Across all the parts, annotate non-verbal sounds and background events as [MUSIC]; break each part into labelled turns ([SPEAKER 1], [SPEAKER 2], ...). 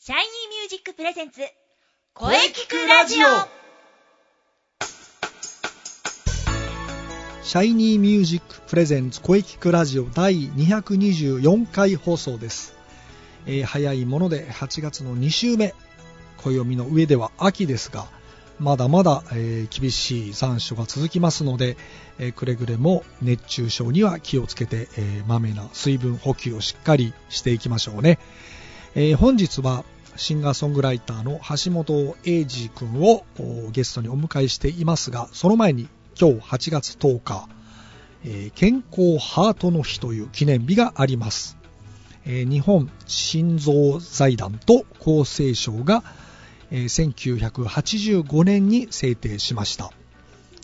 [SPEAKER 1] シャイニーミュージックプレゼンツ
[SPEAKER 2] 声聞くラジオ
[SPEAKER 3] シャイニーミュージックプレゼンツ声聞くラジオ第224回放送です、えー早いもので8月の2週目暦の上では秋ですがまだまだ、えー厳しい残暑が続きますので、えーくれぐれも熱中症には気をつけて、えーまめな水分補給をしっかりしていきましょうね、えー本日はシンガーソングライターの橋本英二君をおゲストにお迎えしていますがその前に今日8月10日、えー健康ハートの日という記念日があります、えー日本心臓財団と厚生省が、えー1985年に制定しました、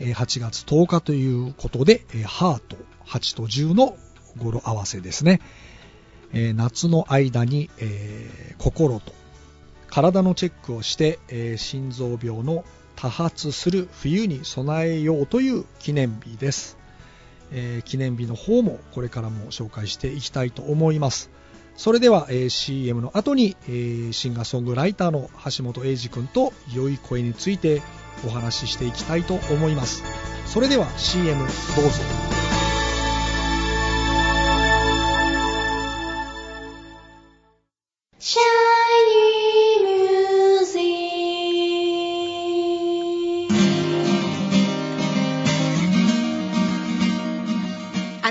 [SPEAKER 3] えー8月10日ということで、えーハート8と10の語呂合わせですね、えー夏の間に、えー心と体のチェックをして、えー心臓病の多発する冬に備えようという記念日です、えー記念日の方もこれからも紹介していきたいと思いますそれでは、えー CM の後に、えーシンガーソングライターの橋本英二君と良い声についてお話ししていきたいと思いますそれでは CM どうぞ
[SPEAKER 1] シャイニーミュージックあ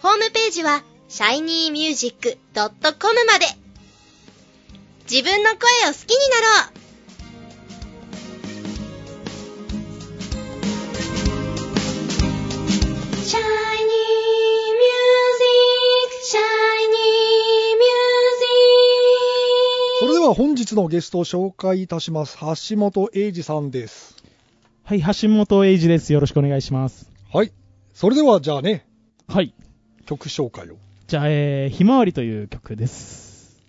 [SPEAKER 1] ホームページは shinymusic.com まで自分の声を好きになろうシャイニーミュージック、シャイニーミュージック。
[SPEAKER 3] それでは本日のゲストを紹介いたします橋本英二さんです
[SPEAKER 2] はい、橋本英二です。よろしくお願いします。
[SPEAKER 3] はいそれではじゃあね
[SPEAKER 2] はい。
[SPEAKER 3] 曲紹介を
[SPEAKER 2] じゃあ、えー、ひまわりという曲です。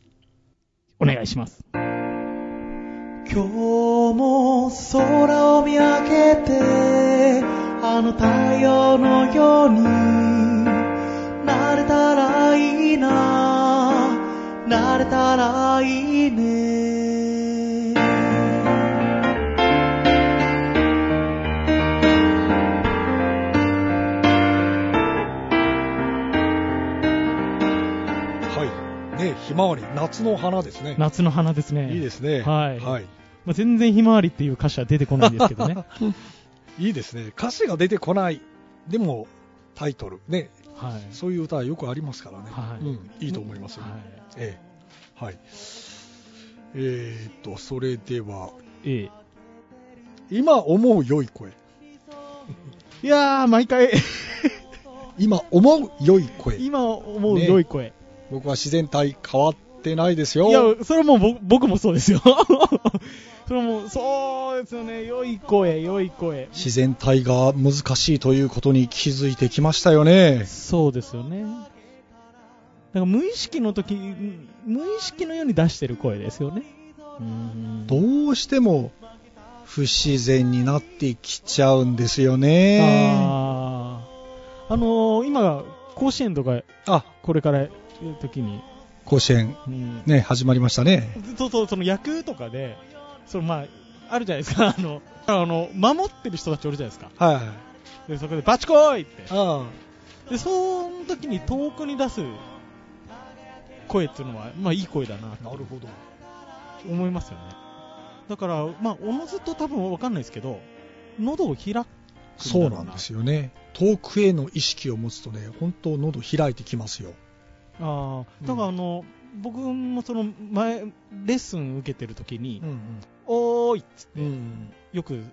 [SPEAKER 2] お願いします。
[SPEAKER 4] 今日も空を見上げてあの太陽のようになれたらいいななれたらいいね
[SPEAKER 3] はい。ね、ひまわり、夏の花ですね。
[SPEAKER 2] 夏の花ですね。
[SPEAKER 3] いいですね。
[SPEAKER 2] はい
[SPEAKER 3] はい。
[SPEAKER 2] まあ、全然ひまわりっていう歌詞は出てこないんですけ
[SPEAKER 3] [LAUGHS]
[SPEAKER 2] どね。
[SPEAKER 3] いいですね。歌詞が出てこない。でも、タイトル。ね、
[SPEAKER 2] はい。
[SPEAKER 3] そういう歌はよくありますからね。
[SPEAKER 2] はい
[SPEAKER 3] うん、いいと思いますよ。
[SPEAKER 2] はい。
[SPEAKER 3] ええ。はい。えー、っと、それでは、
[SPEAKER 2] ええ
[SPEAKER 3] 今思う良い声。
[SPEAKER 2] いやー、毎 [LAUGHS] 回、
[SPEAKER 3] 今思う良い声。
[SPEAKER 2] 今思う良い声。
[SPEAKER 3] 僕は自然体変わってないです
[SPEAKER 2] いや
[SPEAKER 3] よ。、
[SPEAKER 2] それはもう僕僕もそうですよ。 [LAUGHS] それはもう、そうですよね。良い声、良い声。
[SPEAKER 3] 自然体が難しいということに気づいてきましたよね。
[SPEAKER 2] そうですよね。だから無意識の時、うん無意識のように出してる声ですよね。うん
[SPEAKER 3] どうしても不自然になってきちゃうんですよね。
[SPEAKER 2] あーあのー今、甲子園とか
[SPEAKER 3] あ
[SPEAKER 2] これからやる時に、
[SPEAKER 3] 甲子園、
[SPEAKER 2] うん
[SPEAKER 3] ね、始まりましたね。
[SPEAKER 2] そうそう、その野球とかで、そのまあ、あるじゃないですか、 [LAUGHS] あの、あの、守ってる人たちおるじゃないですか。
[SPEAKER 3] はい。
[SPEAKER 2] で、そこでバチコーイって。
[SPEAKER 3] あ
[SPEAKER 2] で、その時に遠くに出す声っていうのは、まあいい声だな
[SPEAKER 3] あ、なるほど。
[SPEAKER 2] と思いますよね。だから、まあ、おのずと多分わかんないですけど、喉を開く。
[SPEAKER 3] そうなんですよね。遠くへの意識を持つとね、本当喉開いてきますよ。
[SPEAKER 2] ああ、だからあの、僕もその前、レッスン受けてる時に、
[SPEAKER 3] ん
[SPEAKER 2] おーいっつっ
[SPEAKER 3] うん。うん。
[SPEAKER 2] よく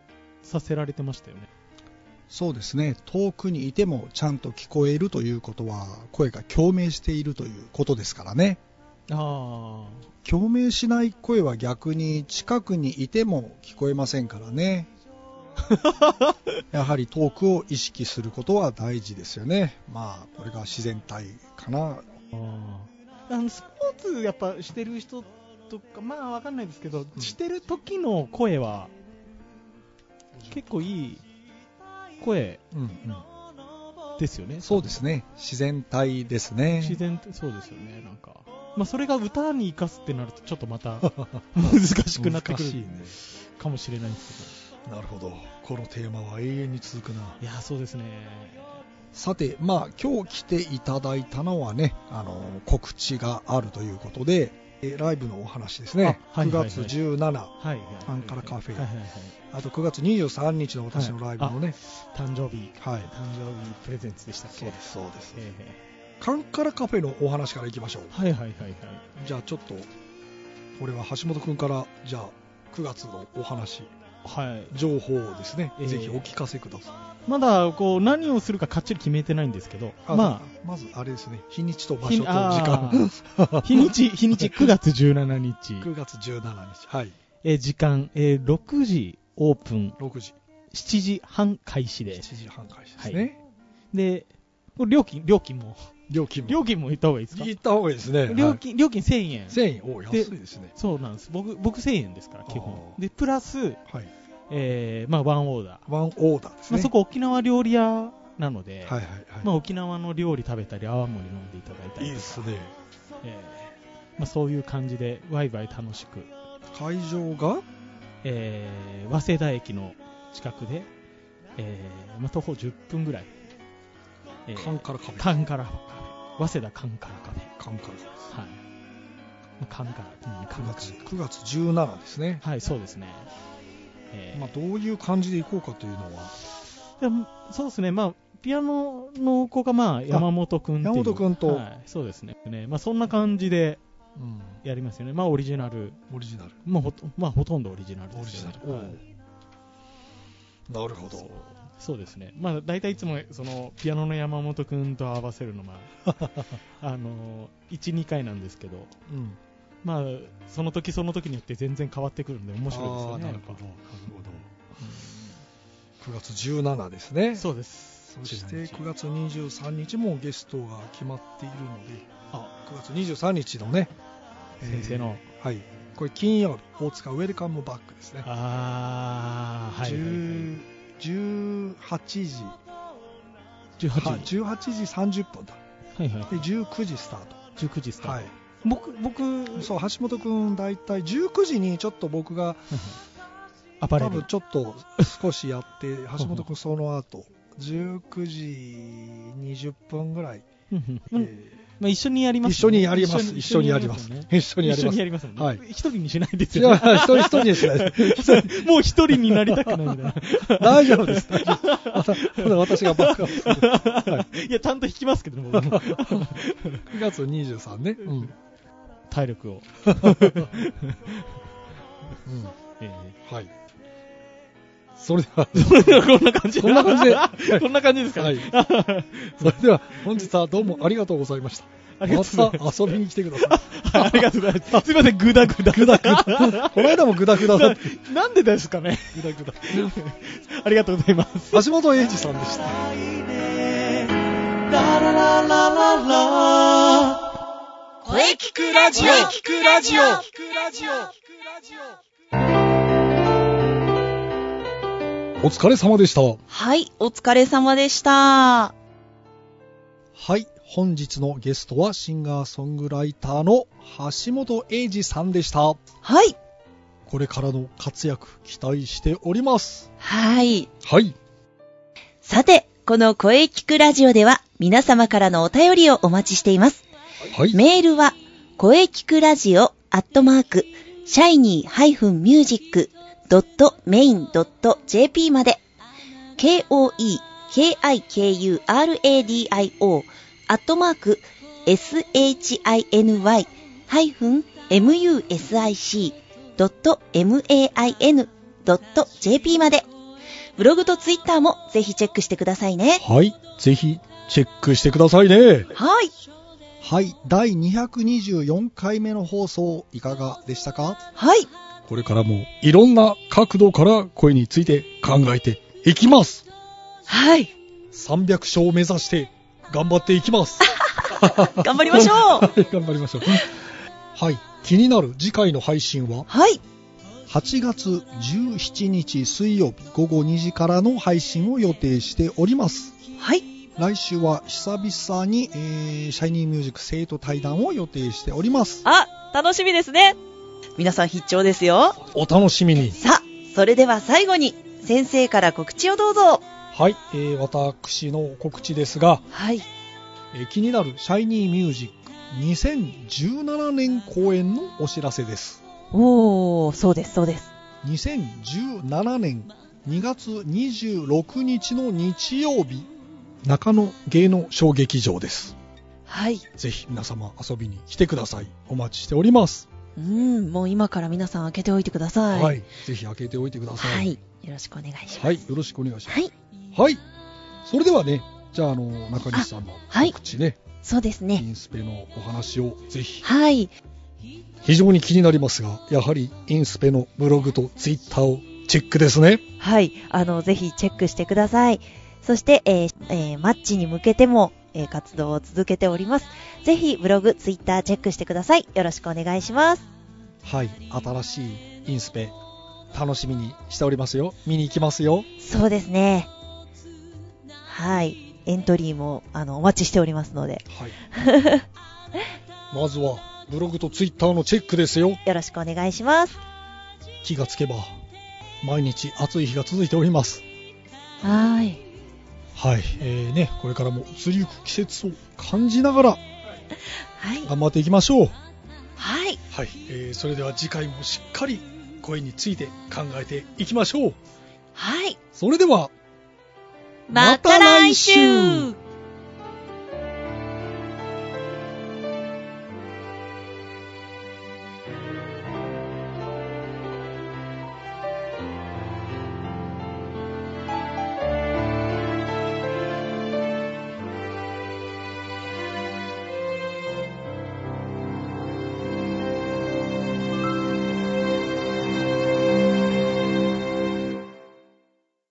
[SPEAKER 2] させられてましたよね。
[SPEAKER 3] そうですね。遠くにいてもちゃんと聞こえるということは、声が共鳴しているということですからね。
[SPEAKER 2] あ
[SPEAKER 3] 共鳴しない声は逆に近くにいても聞こえませんから
[SPEAKER 2] [LAUGHS]
[SPEAKER 3] ねやはりトークを意識することは大事ですよねまあこれが自然体かな
[SPEAKER 2] ーあーあのスポーツやっぱしてる人とかまあわかんないですけど、
[SPEAKER 3] ん
[SPEAKER 2] してる時の声は結構いい声
[SPEAKER 3] うんうん
[SPEAKER 2] ですよね
[SPEAKER 3] そうですね自然体ですね
[SPEAKER 2] 自然ってそうですよねなんかまあそれが歌に生かすってなるとちょっと
[SPEAKER 3] [LAUGHS]
[SPEAKER 2] また難しくなってく
[SPEAKER 3] 難しい
[SPEAKER 2] る
[SPEAKER 3] ね
[SPEAKER 2] かもしれないです
[SPEAKER 3] なるほどこのテーマは永遠に続くな
[SPEAKER 2] けどいやそうですね
[SPEAKER 3] さてまあ今日来ていただいたのはねあの告知があるということでえーライブのお話ですね、
[SPEAKER 2] あはいはいはい
[SPEAKER 3] 9月17、
[SPEAKER 2] はい
[SPEAKER 3] アンカラカフェ
[SPEAKER 2] はいはいはい
[SPEAKER 3] あと9月23日の私のライブのね、
[SPEAKER 2] 誕生日
[SPEAKER 3] はい、
[SPEAKER 2] 誕生日プレゼンツでしたっけ
[SPEAKER 3] すそうです
[SPEAKER 2] え
[SPEAKER 3] カンカラカフェのお話からいきましょう
[SPEAKER 2] えはいはいはいはい
[SPEAKER 3] じゃあちょっとこれは橋本君からじゃあ9月のお話
[SPEAKER 2] はい
[SPEAKER 3] 情報をですね、
[SPEAKER 2] ええ
[SPEAKER 3] ぜひお聞かせください
[SPEAKER 2] まだこう何をするかかっちり決めてないんですけど
[SPEAKER 3] あ
[SPEAKER 2] ま
[SPEAKER 3] まずあれですね日にちと
[SPEAKER 2] あ
[SPEAKER 3] 場
[SPEAKER 2] 日
[SPEAKER 3] 所と時
[SPEAKER 2] にあ
[SPEAKER 3] 間
[SPEAKER 2] ー
[SPEAKER 3] [LAUGHS]
[SPEAKER 2] 日にち日にち9月17日、
[SPEAKER 3] 9月17日はい
[SPEAKER 2] えー時間、えー6時オープン
[SPEAKER 3] 6時
[SPEAKER 2] 7時半開始で
[SPEAKER 3] 7時半開始ですね、
[SPEAKER 2] でこれ料金料金も
[SPEAKER 3] 料金も
[SPEAKER 2] 料金も言った方がいいですか
[SPEAKER 3] 行った方がいいですね
[SPEAKER 2] 料金、料金1000円
[SPEAKER 3] はい、1000円お安いですね
[SPEAKER 2] そうなんです僕僕1000円ですから基本
[SPEAKER 3] あー
[SPEAKER 2] でプラス、
[SPEAKER 3] はい
[SPEAKER 2] えーまあ、ワンオーダー、
[SPEAKER 3] ワンオーダーです
[SPEAKER 2] ま
[SPEAKER 3] ね、
[SPEAKER 2] あ、そこ沖縄料理屋なので、
[SPEAKER 3] はいはいはい、
[SPEAKER 2] まあ、沖縄の料理食べたり泡盛飲んでいただいた
[SPEAKER 3] い
[SPEAKER 2] り
[SPEAKER 3] いで
[SPEAKER 2] とか
[SPEAKER 3] すね
[SPEAKER 2] えーまあ、そういう感じでワイワイ楽しく、
[SPEAKER 3] 会場が
[SPEAKER 2] えー早稲田駅の近くで、えーまあ、徒歩10分ぐらい、えー
[SPEAKER 3] カンカラカフェ
[SPEAKER 2] カンカラカフェ早稲田カンカラカフェ
[SPEAKER 3] カンカラカフェ
[SPEAKER 2] はい。まあ、カンカラ、うん、カン
[SPEAKER 3] 9
[SPEAKER 2] カ
[SPEAKER 3] 月9月17ですね、
[SPEAKER 2] ラ。はい、そうですね。えー
[SPEAKER 3] まあ、どういう感じでいこうかというのは、
[SPEAKER 2] でもそうですね、まあ、ピアノの子が、まあ、山本君っていう
[SPEAKER 3] 山本君と
[SPEAKER 2] はい、そうですね。ねまあ、そんな感じでやりますよね。まあ、オリジナル。
[SPEAKER 3] オリジナル
[SPEAKER 2] まあ、ほとまあ、ほとんどオリジナル
[SPEAKER 3] オ
[SPEAKER 2] で
[SPEAKER 3] リ
[SPEAKER 2] す
[SPEAKER 3] ジ
[SPEAKER 2] よ
[SPEAKER 3] ナ
[SPEAKER 2] ね。
[SPEAKER 3] ル、
[SPEAKER 2] はい
[SPEAKER 3] おうなるほど
[SPEAKER 2] そうですね。まあ、大体いつも、その、ピアノの山本君と合わせるのは、
[SPEAKER 3] [LAUGHS]
[SPEAKER 2] あの、1、2回なんですけど、
[SPEAKER 3] うん
[SPEAKER 2] まあ、その時その時によって全然変わってくるんで、面白いですよ
[SPEAKER 3] あー
[SPEAKER 2] ね。
[SPEAKER 3] な
[SPEAKER 2] や
[SPEAKER 3] る
[SPEAKER 2] っぱ
[SPEAKER 3] ほどなるほど9月17ですね
[SPEAKER 2] そうです。
[SPEAKER 3] そして9月23日もゲストが決まっているので
[SPEAKER 2] あ
[SPEAKER 3] 9月23日のね
[SPEAKER 2] 先生の、
[SPEAKER 3] えーはいこれ金曜日大塚ウェルカムバックですね、
[SPEAKER 2] あー、はいはい
[SPEAKER 3] 10 18時
[SPEAKER 2] はい、
[SPEAKER 3] は
[SPEAKER 2] 18時、
[SPEAKER 3] 18時30分だ
[SPEAKER 2] はいはい、
[SPEAKER 3] で19時スタート
[SPEAKER 2] 19時スタート、
[SPEAKER 3] はい、
[SPEAKER 2] 僕、僕、
[SPEAKER 3] そう橋本君、大体19時にちょっと僕が、
[SPEAKER 2] アパレ
[SPEAKER 3] 多
[SPEAKER 2] ル
[SPEAKER 3] 分、ちょっと少しやって、
[SPEAKER 2] [LAUGHS]
[SPEAKER 3] 橋本君、その後19時20分ぐらい、
[SPEAKER 2] うん
[SPEAKER 3] え
[SPEAKER 2] うんまあ、一緒にやりま
[SPEAKER 3] ー
[SPEAKER 2] す、
[SPEAKER 3] 一緒にやります、一緒にやります、一緒に
[SPEAKER 2] 一
[SPEAKER 3] やり
[SPEAKER 2] 緒
[SPEAKER 3] ます
[SPEAKER 2] にや、りますもんね、
[SPEAKER 3] はい
[SPEAKER 2] 一人にしないです
[SPEAKER 3] い
[SPEAKER 2] よ
[SPEAKER 3] や
[SPEAKER 2] ね、
[SPEAKER 3] 一人一人ですね、
[SPEAKER 2] [LAUGHS] もう一人になりたくないみたいな、
[SPEAKER 3] 大丈夫です、大丈夫またまた私がバックアップする、
[SPEAKER 2] [LAUGHS] いや、ちゃんと引きますけどね、僕 [LAUGHS] も
[SPEAKER 3] 9月23ね、うんうん
[SPEAKER 2] 体力を、え
[SPEAKER 3] はい、それでは、
[SPEAKER 2] えこんな感じ、
[SPEAKER 3] こんな感じで、は
[SPEAKER 2] [LAUGHS] こんな感じですか、ね
[SPEAKER 3] い、それでは本日はどうもありがとうございました。
[SPEAKER 2] [LAUGHS] ありがとうご
[SPEAKER 3] ま
[SPEAKER 2] ざい
[SPEAKER 3] た
[SPEAKER 2] ます
[SPEAKER 3] 遊びに来てください。
[SPEAKER 2] [LAUGHS] ありがとうございます。すいません、グダグダ。グダグ [LAUGHS] ダ。
[SPEAKER 3] この間もグダグダだって。
[SPEAKER 2] なんでですかね。グダグダ。 [LAUGHS] ありがとうございます。
[SPEAKER 3] 橋本英二さんでした。
[SPEAKER 4] ララララララ
[SPEAKER 1] 声聞くラジオ聞くラジオ
[SPEAKER 3] お疲れ様でした。
[SPEAKER 5] はい、お疲れ様でした。
[SPEAKER 3] はい、本日のゲストはシンガーソングライターの橋本英二さんでした。
[SPEAKER 5] はい。
[SPEAKER 3] これからの活躍期待しております。
[SPEAKER 5] はい。
[SPEAKER 3] はい。
[SPEAKER 5] さて、この声聞くラジオでは皆様からのお便りをお待ちしています。
[SPEAKER 3] はい。
[SPEAKER 5] メールは、声聞くラジオアットマーク、シャイニー -music.main.jp まで、k-o-e-k-i-k-u-r-a-d-i-o アットマーク、shiny-music.main.jp まで、ブログとツイッターもぜひチェックしてくださいね。
[SPEAKER 3] はい。ぜひ、チェックしてくださいね。
[SPEAKER 5] はい。
[SPEAKER 3] はい第224回目の放送いかがでしたか
[SPEAKER 5] はい。
[SPEAKER 3] これからもいろんな角度から声について考えていきます
[SPEAKER 5] はい。
[SPEAKER 3] 300勝を目指して頑張っていきます
[SPEAKER 5] 頑張りま [LAUGHS] しょう
[SPEAKER 3] [LAUGHS] はい頑張りましょうはい気になる次回の配信は
[SPEAKER 5] はい。
[SPEAKER 3] 8月17日水曜日午後2時からの配信を予定しております
[SPEAKER 5] はい。
[SPEAKER 3] 来週は久々に、えーシャイニーミュージック生徒対談を予定しております
[SPEAKER 5] あ、楽しみですね。皆さん必聴ですよ。
[SPEAKER 3] お楽しみに
[SPEAKER 5] さあ、それでは最後に、先生から告知をどうぞ。
[SPEAKER 3] はい、えー私の告知ですが、
[SPEAKER 5] はい。
[SPEAKER 3] えー気になるシャイニーミュージック2017年公演のお知らせです
[SPEAKER 5] おー、そうです、そうです。
[SPEAKER 3] 2017年2月26日の日曜日中野芸能小劇場です
[SPEAKER 5] はい。
[SPEAKER 3] ぜひ皆様遊びに来てください。お待ちしております。
[SPEAKER 5] うん、もう今から皆さん開けておいてくだ
[SPEAKER 3] は
[SPEAKER 5] さ
[SPEAKER 3] い。
[SPEAKER 5] い。
[SPEAKER 3] ぜひ開けておいてくださ。
[SPEAKER 5] はいい。よろしくお願いします。
[SPEAKER 3] はい。よろしくお願いしま
[SPEAKER 5] はい。
[SPEAKER 3] す。はい。それではね、じゃあ、あの、中西さんの
[SPEAKER 5] はい
[SPEAKER 3] 告知ね、
[SPEAKER 5] そうです
[SPEAKER 3] イ
[SPEAKER 5] ね。
[SPEAKER 3] ンスペのお話をぜひ。
[SPEAKER 5] はい。
[SPEAKER 3] 非常に気になりますが、やはりインスペのブログとツイッターをチェックですね。
[SPEAKER 5] はい。あの、ぜひチェックしてください。そして、えーえーマッチに向けても、えー活動を続けております。ぜひ、ブログ、ツイッターチェックしてください。よろしくお願いします。
[SPEAKER 3] はい。新しいインスペ、楽しみにしておりますよ。見に行きますよ。
[SPEAKER 5] そうですね。はい。エントリーも、あの、お待ちしておりますので、 [LAUGHS]
[SPEAKER 3] はい。まずは、ブログとツイッターのチェックですよ。
[SPEAKER 5] よろしくお願いします。
[SPEAKER 3] 気がつけば毎日暑い日が続いております
[SPEAKER 5] はい。
[SPEAKER 3] はい、えーね、これからも移りゆく季節を感じながら
[SPEAKER 5] はい。
[SPEAKER 3] 頑張っていきましょう
[SPEAKER 5] はい。
[SPEAKER 3] はい、えーそれでは次回もしっかり声について考えていきましょう
[SPEAKER 5] はい。
[SPEAKER 3] それでは
[SPEAKER 5] また来週